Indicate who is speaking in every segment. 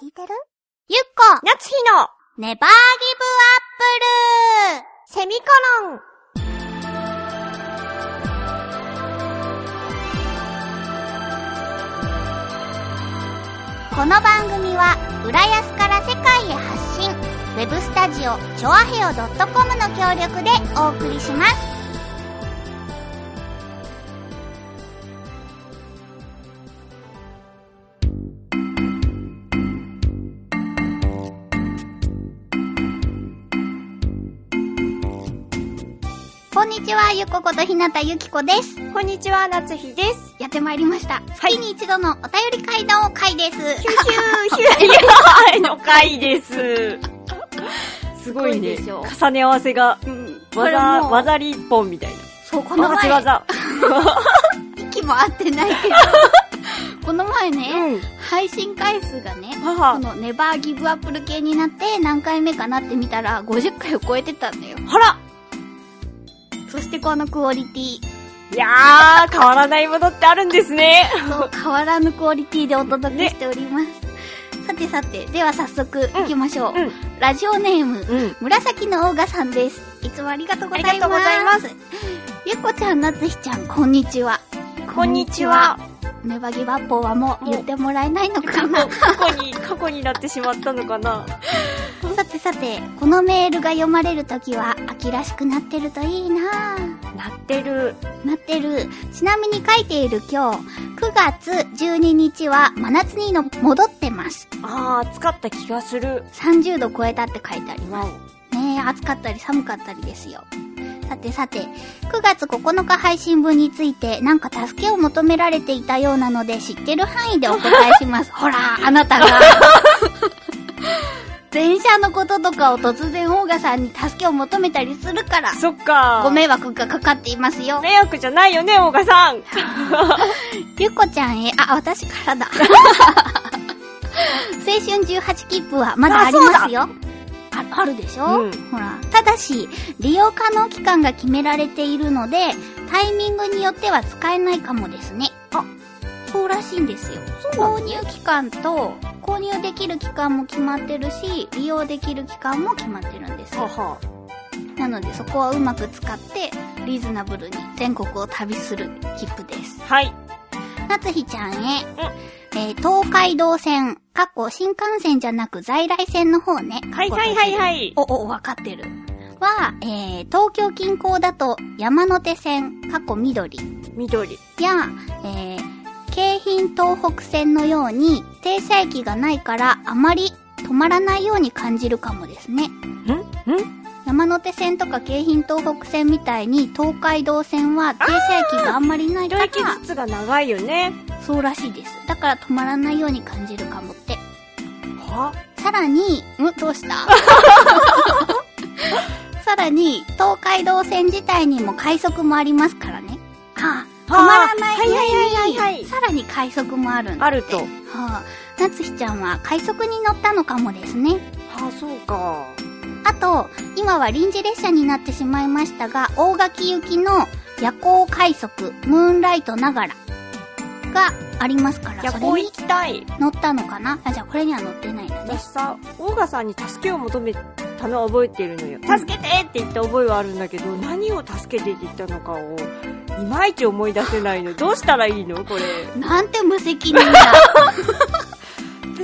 Speaker 1: 聞いてるゆっこ
Speaker 2: 夏日の
Speaker 1: ネバーギブアップルセミコロンこの番組は浦安から世界へ発信ウェブスタジオチョアヘオ .com の協力でお送りしますこんにちはゆっこことひなたゆきこです
Speaker 2: こんにちは、夏日です。
Speaker 1: やってまいりました、月に一度のお便り会談を会です
Speaker 2: ヒューヒューヒューヒューの回です。すごいね。
Speaker 1: すごいでしょ
Speaker 2: 重ね合わせが、うん、
Speaker 1: これ
Speaker 2: 技、
Speaker 1: もう
Speaker 2: 技り一本みたいな。
Speaker 1: そうこ
Speaker 2: この
Speaker 1: の
Speaker 2: 八
Speaker 1: 前
Speaker 2: 技。
Speaker 1: 息も合ってないけど この前ね、
Speaker 2: うん。
Speaker 1: 配信回数がねこ
Speaker 2: 母。
Speaker 1: のネバーギブアップル系になって何回目かなってみたら50回を超えてたんだよ。
Speaker 2: ほら
Speaker 1: そしてこのクオリティ。
Speaker 2: いやー、変わらないものってあるんですね。
Speaker 1: そう、変わらぬクオリティでお届けしております。さてさて、では早速行きましょう。
Speaker 2: うん。
Speaker 1: ラジオネーム、
Speaker 2: うん。
Speaker 1: 紫のオーガさんです。いつもありがとうございます。。
Speaker 2: ありがとうございます
Speaker 1: ゆっこちゃん、なつひちゃん、こんにちは。
Speaker 2: こんにちは。
Speaker 1: ネバギバッポはもう言ってもらえないのかな。
Speaker 2: 過去に、過去になってしまったのかな。
Speaker 1: さてさて、このメールが読まれるときは、秋らしくなってるといいなぁ。
Speaker 2: なってる。
Speaker 1: なってる。ちなみに書いている今日、9月12日は真夏にの戻ってます。
Speaker 2: あー、使った気がする。
Speaker 1: 30度超えたって書いてありま
Speaker 2: わ
Speaker 1: す。ねえ、暑かったり寒かったりですよ。さてさて、9月9日配信分について、なんか助けを求められていたようなので、知ってる範囲でお答えします。ほら、あなたが。電車のこととかを突然オーガさんに助けを求めたりするから
Speaker 2: お。、そっか。
Speaker 1: ご迷惑がかかっていますよ。
Speaker 2: 迷惑じゃないよね、オーガさん。
Speaker 1: ゆっこちゃんへ、あ、私からだ。青春18切符はまだありますよ。ああるでしょ、
Speaker 2: うん
Speaker 1: ほら。ただし、利用可能期間が決められているので、タイミングによっては使えないかもですね。あ、そうらしいんですよ。購入期間と、購入できる期間も決まってるし、利用できる期間も決まってるんですよ。
Speaker 2: は
Speaker 1: なのでそこはうまく使って、リーズナブルに全国を旅する切符です。
Speaker 2: はい。
Speaker 1: 夏日ちゃんへ。えー東海道線、過去新幹線じゃなく在来線の方ね。
Speaker 2: はいはいはい
Speaker 1: い。
Speaker 2: はい。
Speaker 1: お、お、わかってる。は、えー東京近郊だと山手線、過去緑。
Speaker 2: 緑。
Speaker 1: や、えー京浜東北線のように停車駅がないからあまり止まらないように感じるかもですね。
Speaker 2: んん
Speaker 1: 山手線とか京浜東北線みたいに東海道線は停車駅があんまりない
Speaker 2: 一
Speaker 1: から
Speaker 2: 駅ずつが長いよね。
Speaker 1: そうらしいです。だから止まらないように感じるかもって。
Speaker 2: は
Speaker 1: さらに、んどうした さらに、東海道線自体にも快速もありますからね。はあ、止まらない上に、
Speaker 2: はいはいはいはいはい
Speaker 1: さらに快速もあるんだ
Speaker 2: あ
Speaker 1: って
Speaker 2: ると。は
Speaker 1: はあ、夏日ちゃんは快速に乗ったのかもですね。
Speaker 2: あ、そうか。
Speaker 1: あと、今は臨時列車になってしまいましたが、大垣行きの夜行快速、ムーンライトながらがありますから、
Speaker 2: 夜
Speaker 1: それ
Speaker 2: 行
Speaker 1: に
Speaker 2: 行きたい。
Speaker 1: 乗ったのかなあ、じゃあこれには乗ってないんだね
Speaker 2: 私。さ、オーガさんに助けを求めたのは覚えてるのよ。助けてって言った覚えはあるんだけど、何を助けてって言ったのかを、いまいち思い出せないの。どうしたらいいのこれ。
Speaker 1: なんて無責任だ。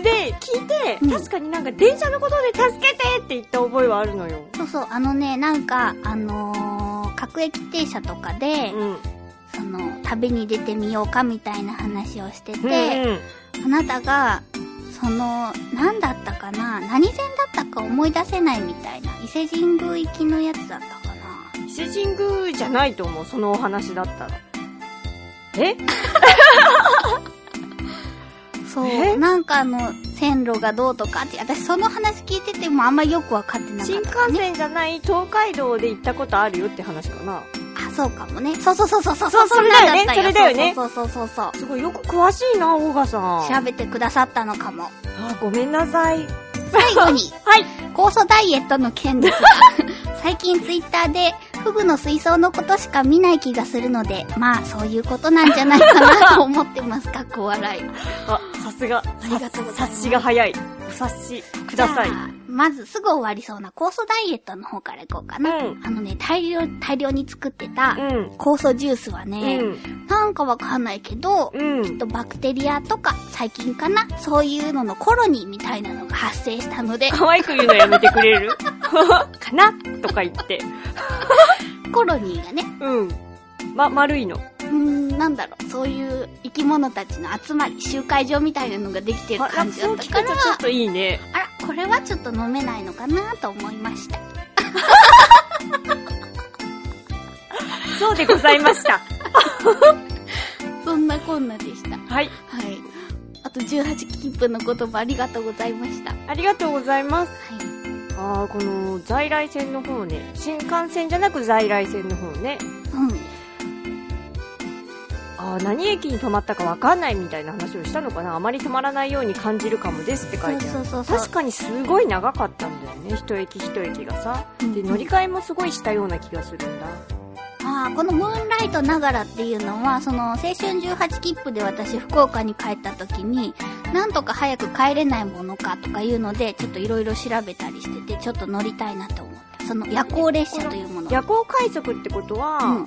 Speaker 2: で、聞いて、
Speaker 1: うん
Speaker 2: 確かになんか電車のことで助けてって言った覚えはあるのよ。
Speaker 1: そうそう、あのね、なんか、あのー、各駅停車とかで、
Speaker 2: うん。
Speaker 1: その、旅に出てみようかみたいな話をして
Speaker 2: うん
Speaker 1: て、
Speaker 2: うん、
Speaker 1: あなたが、その、何だったかな何線だったか思い出せないみたいな。伊勢神宮行きのやつだったかな
Speaker 2: 伊勢神宮じゃないと思う、そのお話だったら。え
Speaker 1: そう、
Speaker 2: え
Speaker 1: なんかあの、線路がどうとかって、私その話聞いててもあんまよくわかってなかった、
Speaker 2: 新
Speaker 1: ね。
Speaker 2: 幹線じゃない東海道で行ったことあるよって話かな。
Speaker 1: あ、そうかもね。そうそうそうそうそう
Speaker 2: そうそれだよね
Speaker 1: んなん
Speaker 2: それだよね
Speaker 1: そうそうそうそうそう。
Speaker 2: すごいよく詳しいな、オーガさん。
Speaker 1: 調べてくださったのかも。
Speaker 2: あ、ごめんなさい。
Speaker 1: 最後に、
Speaker 2: はい。
Speaker 1: 酵素ダイエットの件 ですが、最近ツイッターで、フグの水槽のことしか見ない気がするので、まあ、そういうことなんじゃ ないかなと思ってます。かっこ笑い。
Speaker 2: あ、さすが。あ
Speaker 1: りがとうございます
Speaker 2: 察しが早い。察しください
Speaker 1: じ。ゃあまずすぐ終わりそうな酵素ダイエットの方からいこうかな。
Speaker 2: うん
Speaker 1: あのね、大量、大量に作ってた
Speaker 2: うん。
Speaker 1: 酵素ジュースは
Speaker 2: う
Speaker 1: ね、
Speaker 2: ん。
Speaker 1: なんかわかんないけど、
Speaker 2: うん。
Speaker 1: きっとバクテリアとか細菌かなそういうののコロニーみたいなのが発生したので、
Speaker 2: 可愛く言うのやめてくれるかなとか言って。
Speaker 1: コロニーがね、
Speaker 2: うん。ま、丸いの。
Speaker 1: うーん、なんだろう、そういう生き物たちの集まり、集会場みたいなのができてる
Speaker 2: あ
Speaker 1: 感じだ
Speaker 2: そ
Speaker 1: っ
Speaker 2: う
Speaker 1: た
Speaker 2: 聞
Speaker 1: か
Speaker 2: く
Speaker 1: ら
Speaker 2: と、ちょっといいね。
Speaker 1: あら、これはちょっと飲めないのかなと思いました。
Speaker 2: そうでございました。
Speaker 1: そんなこんなでした。は
Speaker 2: はい。
Speaker 1: い。あと18金分の言葉ありがとうございました。は
Speaker 2: ありがとうございます。
Speaker 1: い。
Speaker 2: あー、この在来線の方ね。新幹線じゃなく在来線の方ね。
Speaker 1: うん。
Speaker 2: あー、何駅に止まったかわかんないみたいな話をしたのかな。あまり止まらないように感じるかもですって書いてある。
Speaker 1: そうそうそうそう。
Speaker 2: 確かにすごい長かったんだよね。一駅一駅がさ。で、乗り換えもすごいしたような気がするんだ。
Speaker 1: ああ、このムーンライトながらっていうのは、その青春18切符で私福岡に帰った時に、なんとか早く帰れないものかとかいうので、ちょっといろいろ調べたりしてて、ちょっと乗りたいなと思った。その夜行列車というもの。
Speaker 2: 夜行快速ってことは、
Speaker 1: うん。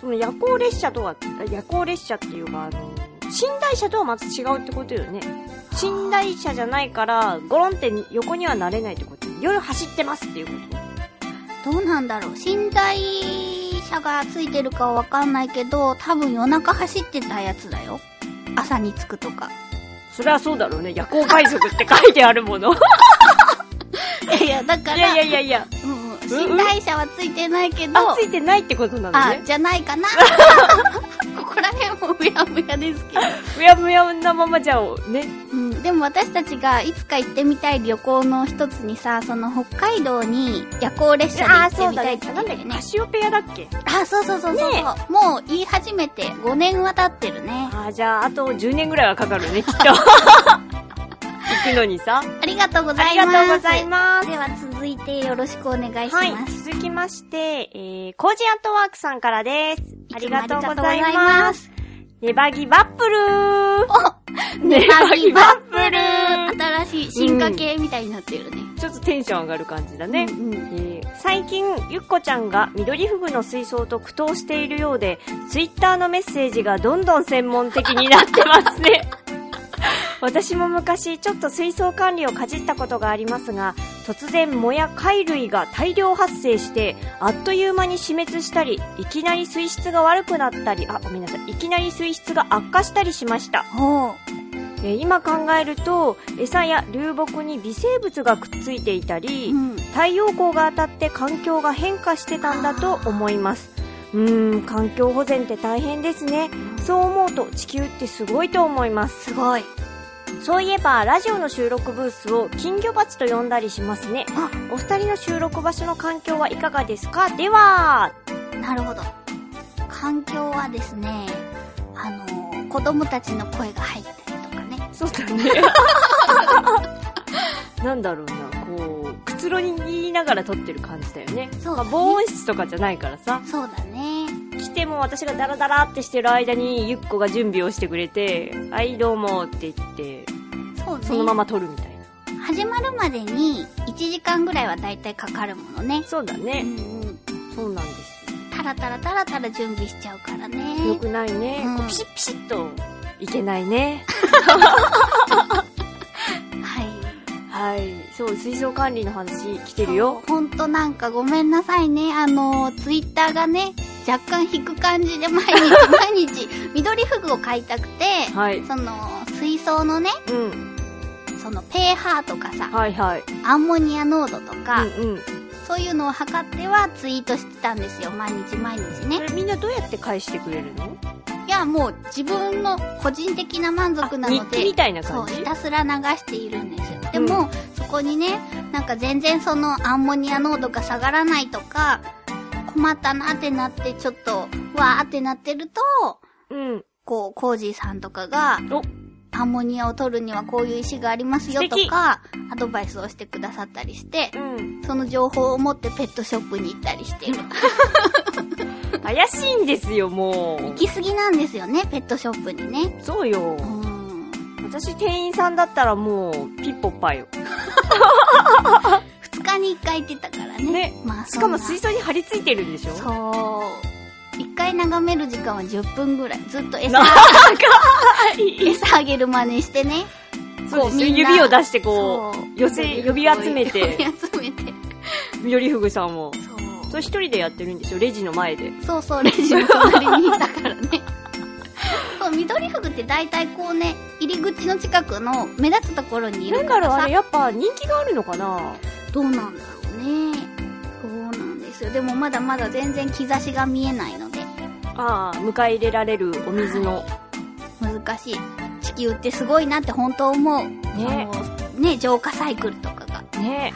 Speaker 2: その夜行列車とは、あ夜行列車っていうか、あの、寝台車とはまた違うってことよね。寝台車じゃないから、ゴロンって横にはなれないってこと。夜走ってますっていうこと。
Speaker 1: どうなんだろう。寝台車がついてるかはわかんないけど、多分夜中走ってたやつだよ。朝に着くと か。
Speaker 2: それはそうだろうね。夜行快速って書いてあるも の。い
Speaker 1: いやいや、だから、
Speaker 2: やいやいやいや。
Speaker 1: うんうん、寝台車はついてないけど、
Speaker 2: あ、ついてないってことなの
Speaker 1: あ
Speaker 2: ね、。
Speaker 1: じゃない かな。ここら辺もうやむやですけど。
Speaker 2: うやむやなままじゃあ、ね。
Speaker 1: うん、でも私たちがいつか行ってみたい旅行の一つにさ、その北海道に夜行列車で行ってみたいって言
Speaker 2: な
Speaker 1: っ
Speaker 2: んだ
Speaker 1: て
Speaker 2: ったけ、
Speaker 1: よね
Speaker 2: カ。シオペアだっけ
Speaker 1: あ、そうそうそうそうそう、
Speaker 2: ね
Speaker 1: もう言い始めて5年は経ってるね。
Speaker 2: あー、じゃあ、あと10年ぐらいはかかるね、きっと。行くのにさ。
Speaker 1: ありがとうござ
Speaker 2: あ
Speaker 1: い
Speaker 2: り
Speaker 1: ます。
Speaker 2: がとうございます。
Speaker 1: では続いてよろしくお願いします。
Speaker 2: はい、続きまして、えー、コージアットワークさんからです。ありがとうござい
Speaker 1: つもありがとうござい
Speaker 2: ま
Speaker 1: ますす。
Speaker 2: ネバギバップル ー
Speaker 1: おネバギバップル新しい進化系みたいになってるね。
Speaker 2: ちょっとテンション上がる感じだね。
Speaker 1: うんうん
Speaker 2: えー最近、ゆっこちゃんが緑ふぐの水槽と苦闘しているようで、ツイッターのメッセージがどんどん専門的になってますね。私も昔、ちょっと水槽管理をかじったことがありますが、突然、藻や貝類が大量発生して、あっという間に死滅したり、いきなり水質が悪くなったり、あ、ごめんなさい、いきなり水質が悪化したりしました。
Speaker 1: おう
Speaker 2: えー今考えると、餌や流木に微生物がくっついていたり、
Speaker 1: うん。
Speaker 2: 太陽光が当たって環境が変化してたんだと思いますうーん環境保全って大変ですねそう思うと地球ってすごいと思います
Speaker 1: すごい。
Speaker 2: そういえばラジオの収録ブースを金魚鉢と呼んだりしますね
Speaker 1: あ、
Speaker 2: お二人の収録場所の環境はいかがですかでは
Speaker 1: なるほど。環境はですね、あのー子供たちの声が入ったりとかね。
Speaker 2: そうだ ねなんだろうなこうくつろぎながら撮ってる感じだよね
Speaker 1: そうだ
Speaker 2: まあ
Speaker 1: ね
Speaker 2: 防音室とかじゃないからさ
Speaker 1: そうだね。
Speaker 2: 来ても私がダラダラってしてる間にゆっこが準備をしてくれて「はいどうも」って言って
Speaker 1: そうね。
Speaker 2: そのまま撮るみたいな
Speaker 1: 始まるまでに1時間ぐらいはだいたいかかるものね。
Speaker 2: そうだ
Speaker 1: う
Speaker 2: ね
Speaker 1: んうん。
Speaker 2: そうなんです
Speaker 1: タラタラタラタラ準備しちゃうからね。
Speaker 2: よくないね、
Speaker 1: うん
Speaker 2: こうピシッピシッといけないね
Speaker 1: はい。
Speaker 2: はいそう水槽管理の話来てるよ
Speaker 1: そうほんとなんかごめんなさいね。あの、ツイッターがね、若干引く感じで 毎日毎日、緑フグを飼いたくて、
Speaker 2: はい
Speaker 1: その、水槽のね、
Speaker 2: うん
Speaker 1: その pH とかさ、
Speaker 2: はいはい
Speaker 1: アンモニア濃度とか、
Speaker 2: うんうん
Speaker 1: そういうのを測ってはツイートしてたんですよ。毎日毎日
Speaker 2: そ
Speaker 1: ね。
Speaker 2: れみんなどうやって返してくれるの
Speaker 1: いや、もう自分の個人的な満足なの
Speaker 2: 日記み
Speaker 1: で、
Speaker 2: たいな
Speaker 1: そ
Speaker 2: 感
Speaker 1: う、
Speaker 2: じ
Speaker 1: ひたすら流しているんですよ。でも、そこにね、なんか全然そのアンモニア濃度が下がらないとか、困ったなってなって、ちょっと、わーってなってると、
Speaker 2: うん
Speaker 1: こう、コージーさんとかが、
Speaker 2: お
Speaker 1: アンモニアを取るにはこういう石がありますよと
Speaker 2: 素敵
Speaker 1: か、アドバイスをしてくださったりして、
Speaker 2: うん
Speaker 1: その情報を持ってペットショップに行ったりしてる。
Speaker 2: 怪しいんですよも
Speaker 1: 行
Speaker 2: う
Speaker 1: き過ぎなんですよね、ペットショップにね。
Speaker 2: そうよ
Speaker 1: うーん。
Speaker 2: 私店員さんだったらもうピッポッパよ
Speaker 1: 2日に1回行ってたからね。
Speaker 2: ね
Speaker 1: まあ、
Speaker 2: しかも
Speaker 1: そん
Speaker 2: 水
Speaker 1: な
Speaker 2: 槽に張り付いてるんでしょ
Speaker 1: そう。1回眺める時間は10分ぐらい。ずっと餌
Speaker 2: 長、い
Speaker 1: 餌あげる真似してね。
Speaker 2: そうですよ
Speaker 1: みんな
Speaker 2: 指を出してこ
Speaker 1: そう
Speaker 2: 寄せ呼び集めて
Speaker 1: 呼び集めて。
Speaker 2: う緑ふぐさんを
Speaker 1: そう。
Speaker 2: それ一人でやってるんですよレジの前で
Speaker 1: そうそう、レジの隣にいたからね。 そう、緑フグって大体こうね、入り口の近くの目立つところにい
Speaker 2: な
Speaker 1: る
Speaker 2: ん
Speaker 1: か
Speaker 2: だろ
Speaker 1: ら
Speaker 2: うあ
Speaker 1: さ
Speaker 2: れ、やっぱ人気があるのかな
Speaker 1: どうなんだろうね。そうなんですよ。でもまだまだ全然兆しが見えないので、
Speaker 2: ああ迎え入れられるお水の
Speaker 1: 難しい。地球ってすごいなって本当思う。
Speaker 2: ね
Speaker 1: あのね、浄化サイクルとかが。
Speaker 2: ね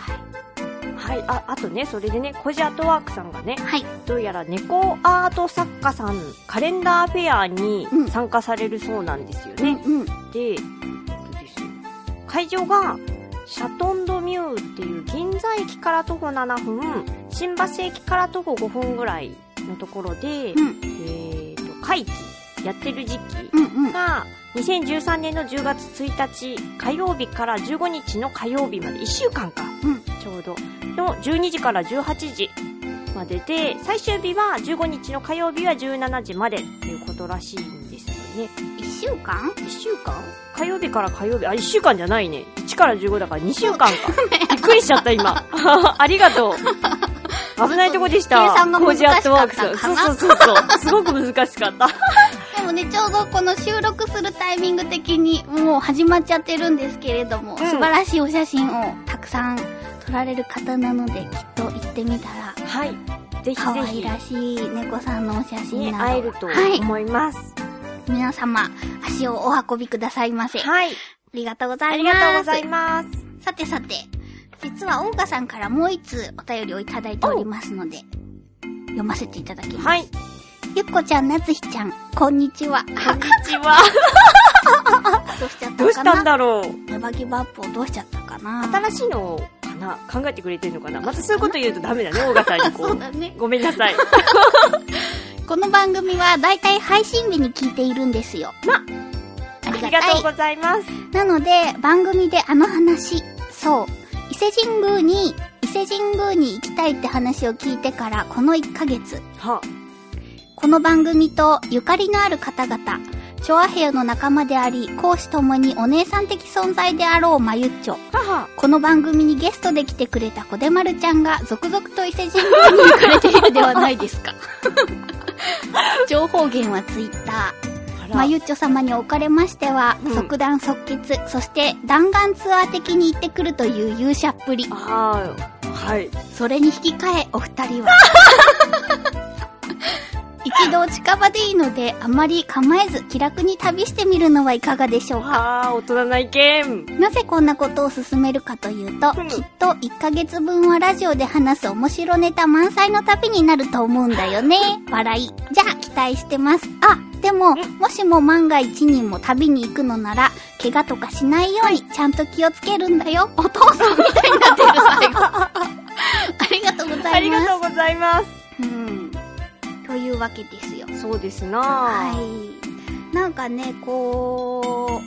Speaker 2: はいああとねそれでねコジアートワークさんがね
Speaker 1: はい。
Speaker 2: どうやら猫アート作家さんカレンダーフェアに
Speaker 1: うん
Speaker 2: 参加されるそうなんですよね、
Speaker 1: うん。
Speaker 2: でそうですよ会場がシャトンドミューっていう銀座駅から徒歩7分新橋駅から徒歩5分ぐらいのところで、
Speaker 1: うん。
Speaker 2: えーと会期やってる時期
Speaker 1: うんうん。
Speaker 2: が2013年の10月1日火曜日から15日の火曜日まで1週間か、
Speaker 1: うん
Speaker 2: ちょうどの12時から18時までで最終日は15日の火曜日は17時までっていうことらしいんですよね
Speaker 1: 一週間
Speaker 2: 1週間火曜日から火曜日あ1週間じゃないね1から15だから2週 間かびっくりしちゃった今 ありがとう 危ないとこでした。
Speaker 1: 計算が
Speaker 2: コー
Speaker 1: 難し
Speaker 2: ジア
Speaker 1: かっ
Speaker 2: ッ
Speaker 1: た
Speaker 2: ト
Speaker 1: か
Speaker 2: ワ
Speaker 1: な
Speaker 2: ークさん。そうそうそうそう。すごく難しかった。
Speaker 1: でもね、ちょうどこの収録するタイミング的にもう始まっちゃってるんですけれども、
Speaker 2: ん
Speaker 1: 素晴らしいお写真をたくさん撮られる方なので、きっと行ってみたら、
Speaker 2: はい。ぜひぜひ。
Speaker 1: 可愛らしい猫さんのお写真
Speaker 2: に
Speaker 1: など
Speaker 2: 会えると
Speaker 1: はい。
Speaker 2: 思います。
Speaker 1: 皆様、足をお運びくださいませ。あ
Speaker 2: はい。
Speaker 1: りがとうござ
Speaker 2: あ
Speaker 1: い
Speaker 2: り
Speaker 1: ます。
Speaker 2: がとうございます。
Speaker 1: さてさて、実は、オーガさんからもう一通お便りをいただいておりますので、読ませていただきます。
Speaker 2: はい。
Speaker 1: ゆっこちゃん、なつひちゃん、こんにちは。
Speaker 2: こんにちは。
Speaker 1: どうしちゃったかな
Speaker 2: どうしたんだろう。
Speaker 1: ネバギバップをどうしちゃったかな
Speaker 2: 新しいのかな考えてくれてるのかなまたそういうこと言うとダメだね、大賀さんに こ
Speaker 1: そうだね
Speaker 2: う。。ごめんなさい。
Speaker 1: この番組はだいたい配信日に聞いているんですよ。
Speaker 2: な
Speaker 1: あ
Speaker 2: あ
Speaker 1: りが
Speaker 2: りが
Speaker 1: たい
Speaker 2: とう。ございます。
Speaker 1: なので、番組であの話、そう、伊勢神宮に、伊勢神宮に行きたいって話を聞いてからこの1ヶ月、
Speaker 2: は
Speaker 1: この番組とゆかりのある方々、チョアヘヨの仲間であり、講師ともにお姉さん的存在であろうまゆっちょ。
Speaker 2: あ、は
Speaker 1: この番組にゲストで来てくれた小出丸ちゃんが続々と伊勢神宮に行かれているではないですか。情報源はツイッタ
Speaker 2: ああ
Speaker 1: ー。
Speaker 2: ら
Speaker 1: まゆっちょ様におかれましては、
Speaker 2: うん
Speaker 1: 即断即決、そして弾丸ツアー的に行ってくるという勇者っぷり。
Speaker 2: あーはい。
Speaker 1: それに引き換え、お二人 は。一度近場でいいので、あまり構えず気楽に旅してみるのはいかがでしょうか。
Speaker 2: ああ、大人な意見。
Speaker 1: なぜこんなことを進めるかというと、
Speaker 2: うん
Speaker 1: きっと1ヶ月分はラジオで話す面白ネタ満載の旅になると思うんだよね。笑い。じゃあ、期待してます。あ、でも、もしも万が一にも旅に行くのなら、怪我とかしないようにちゃんと気をつけるんだよ。お父さんみたいになってる、最 後。ありがとうござ
Speaker 2: あ
Speaker 1: い
Speaker 2: り
Speaker 1: ま
Speaker 2: が
Speaker 1: す。
Speaker 2: とうございます。
Speaker 1: うん。というわけですよ。
Speaker 2: そうです
Speaker 1: は
Speaker 2: な。
Speaker 1: い。なんかね、こ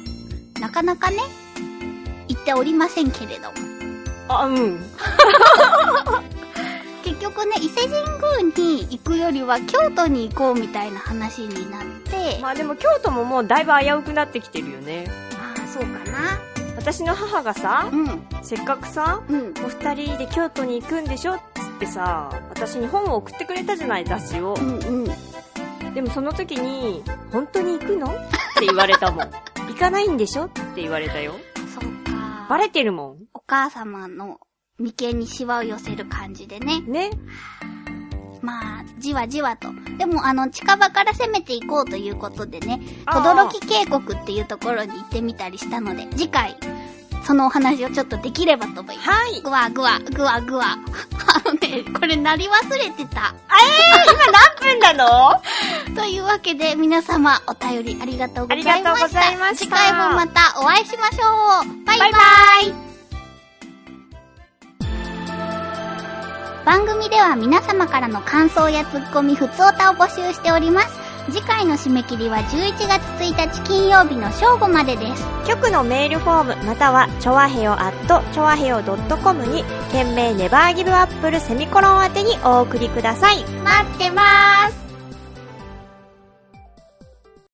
Speaker 1: う、なかなかね、言っておりませんけれども。
Speaker 2: あ、うん。
Speaker 1: 結局ね、伊勢神宮に行くよりは京都に行こうみたいな話になって、
Speaker 2: まあでも京都ももうだいぶ危うくなってきてるよね。
Speaker 1: ああ、そうかな。
Speaker 2: 私の母がさ、
Speaker 1: うん、
Speaker 2: せっかくさ、
Speaker 1: うん、
Speaker 2: お二人で京都に行くんでしょっつってさ私に本を送ってくれたじゃない雑誌を
Speaker 1: うん、うん。
Speaker 2: でもその時に「本当に行くの?」って言われ たもん行かないんでしょって言われたよ
Speaker 1: そうか。
Speaker 2: バレてるも
Speaker 1: お母様の眉間にシワを寄せる感じでね。
Speaker 2: んね
Speaker 1: まあ、じわじわと。でも、あの、近場から攻めていこうということでね、
Speaker 2: あ
Speaker 1: と
Speaker 2: ー
Speaker 1: どろき渓谷っていうところに行ってみたりしたので、次回、そのお話をちょっとできればと思います。
Speaker 2: はい
Speaker 1: ぐわぐわ、ぐわぐわ。あのね、これなり忘れてた。
Speaker 2: 何分なの
Speaker 1: というわけで皆様お便りありがとうございました。
Speaker 2: ありがとうございました
Speaker 1: 次回もまたお会いしましょう。バイバイ。
Speaker 2: バイバ
Speaker 1: 番組では皆様からの感想やツッコミ、ふつおたを募集しております。次回の締め切りは11月1日金曜日の正午までです。
Speaker 2: 局のメールフォームまたはチョアヘヨアットチョアヘヨ .com に件名ネバーギブアップルセミコロン宛てにお送りください
Speaker 1: 待ってます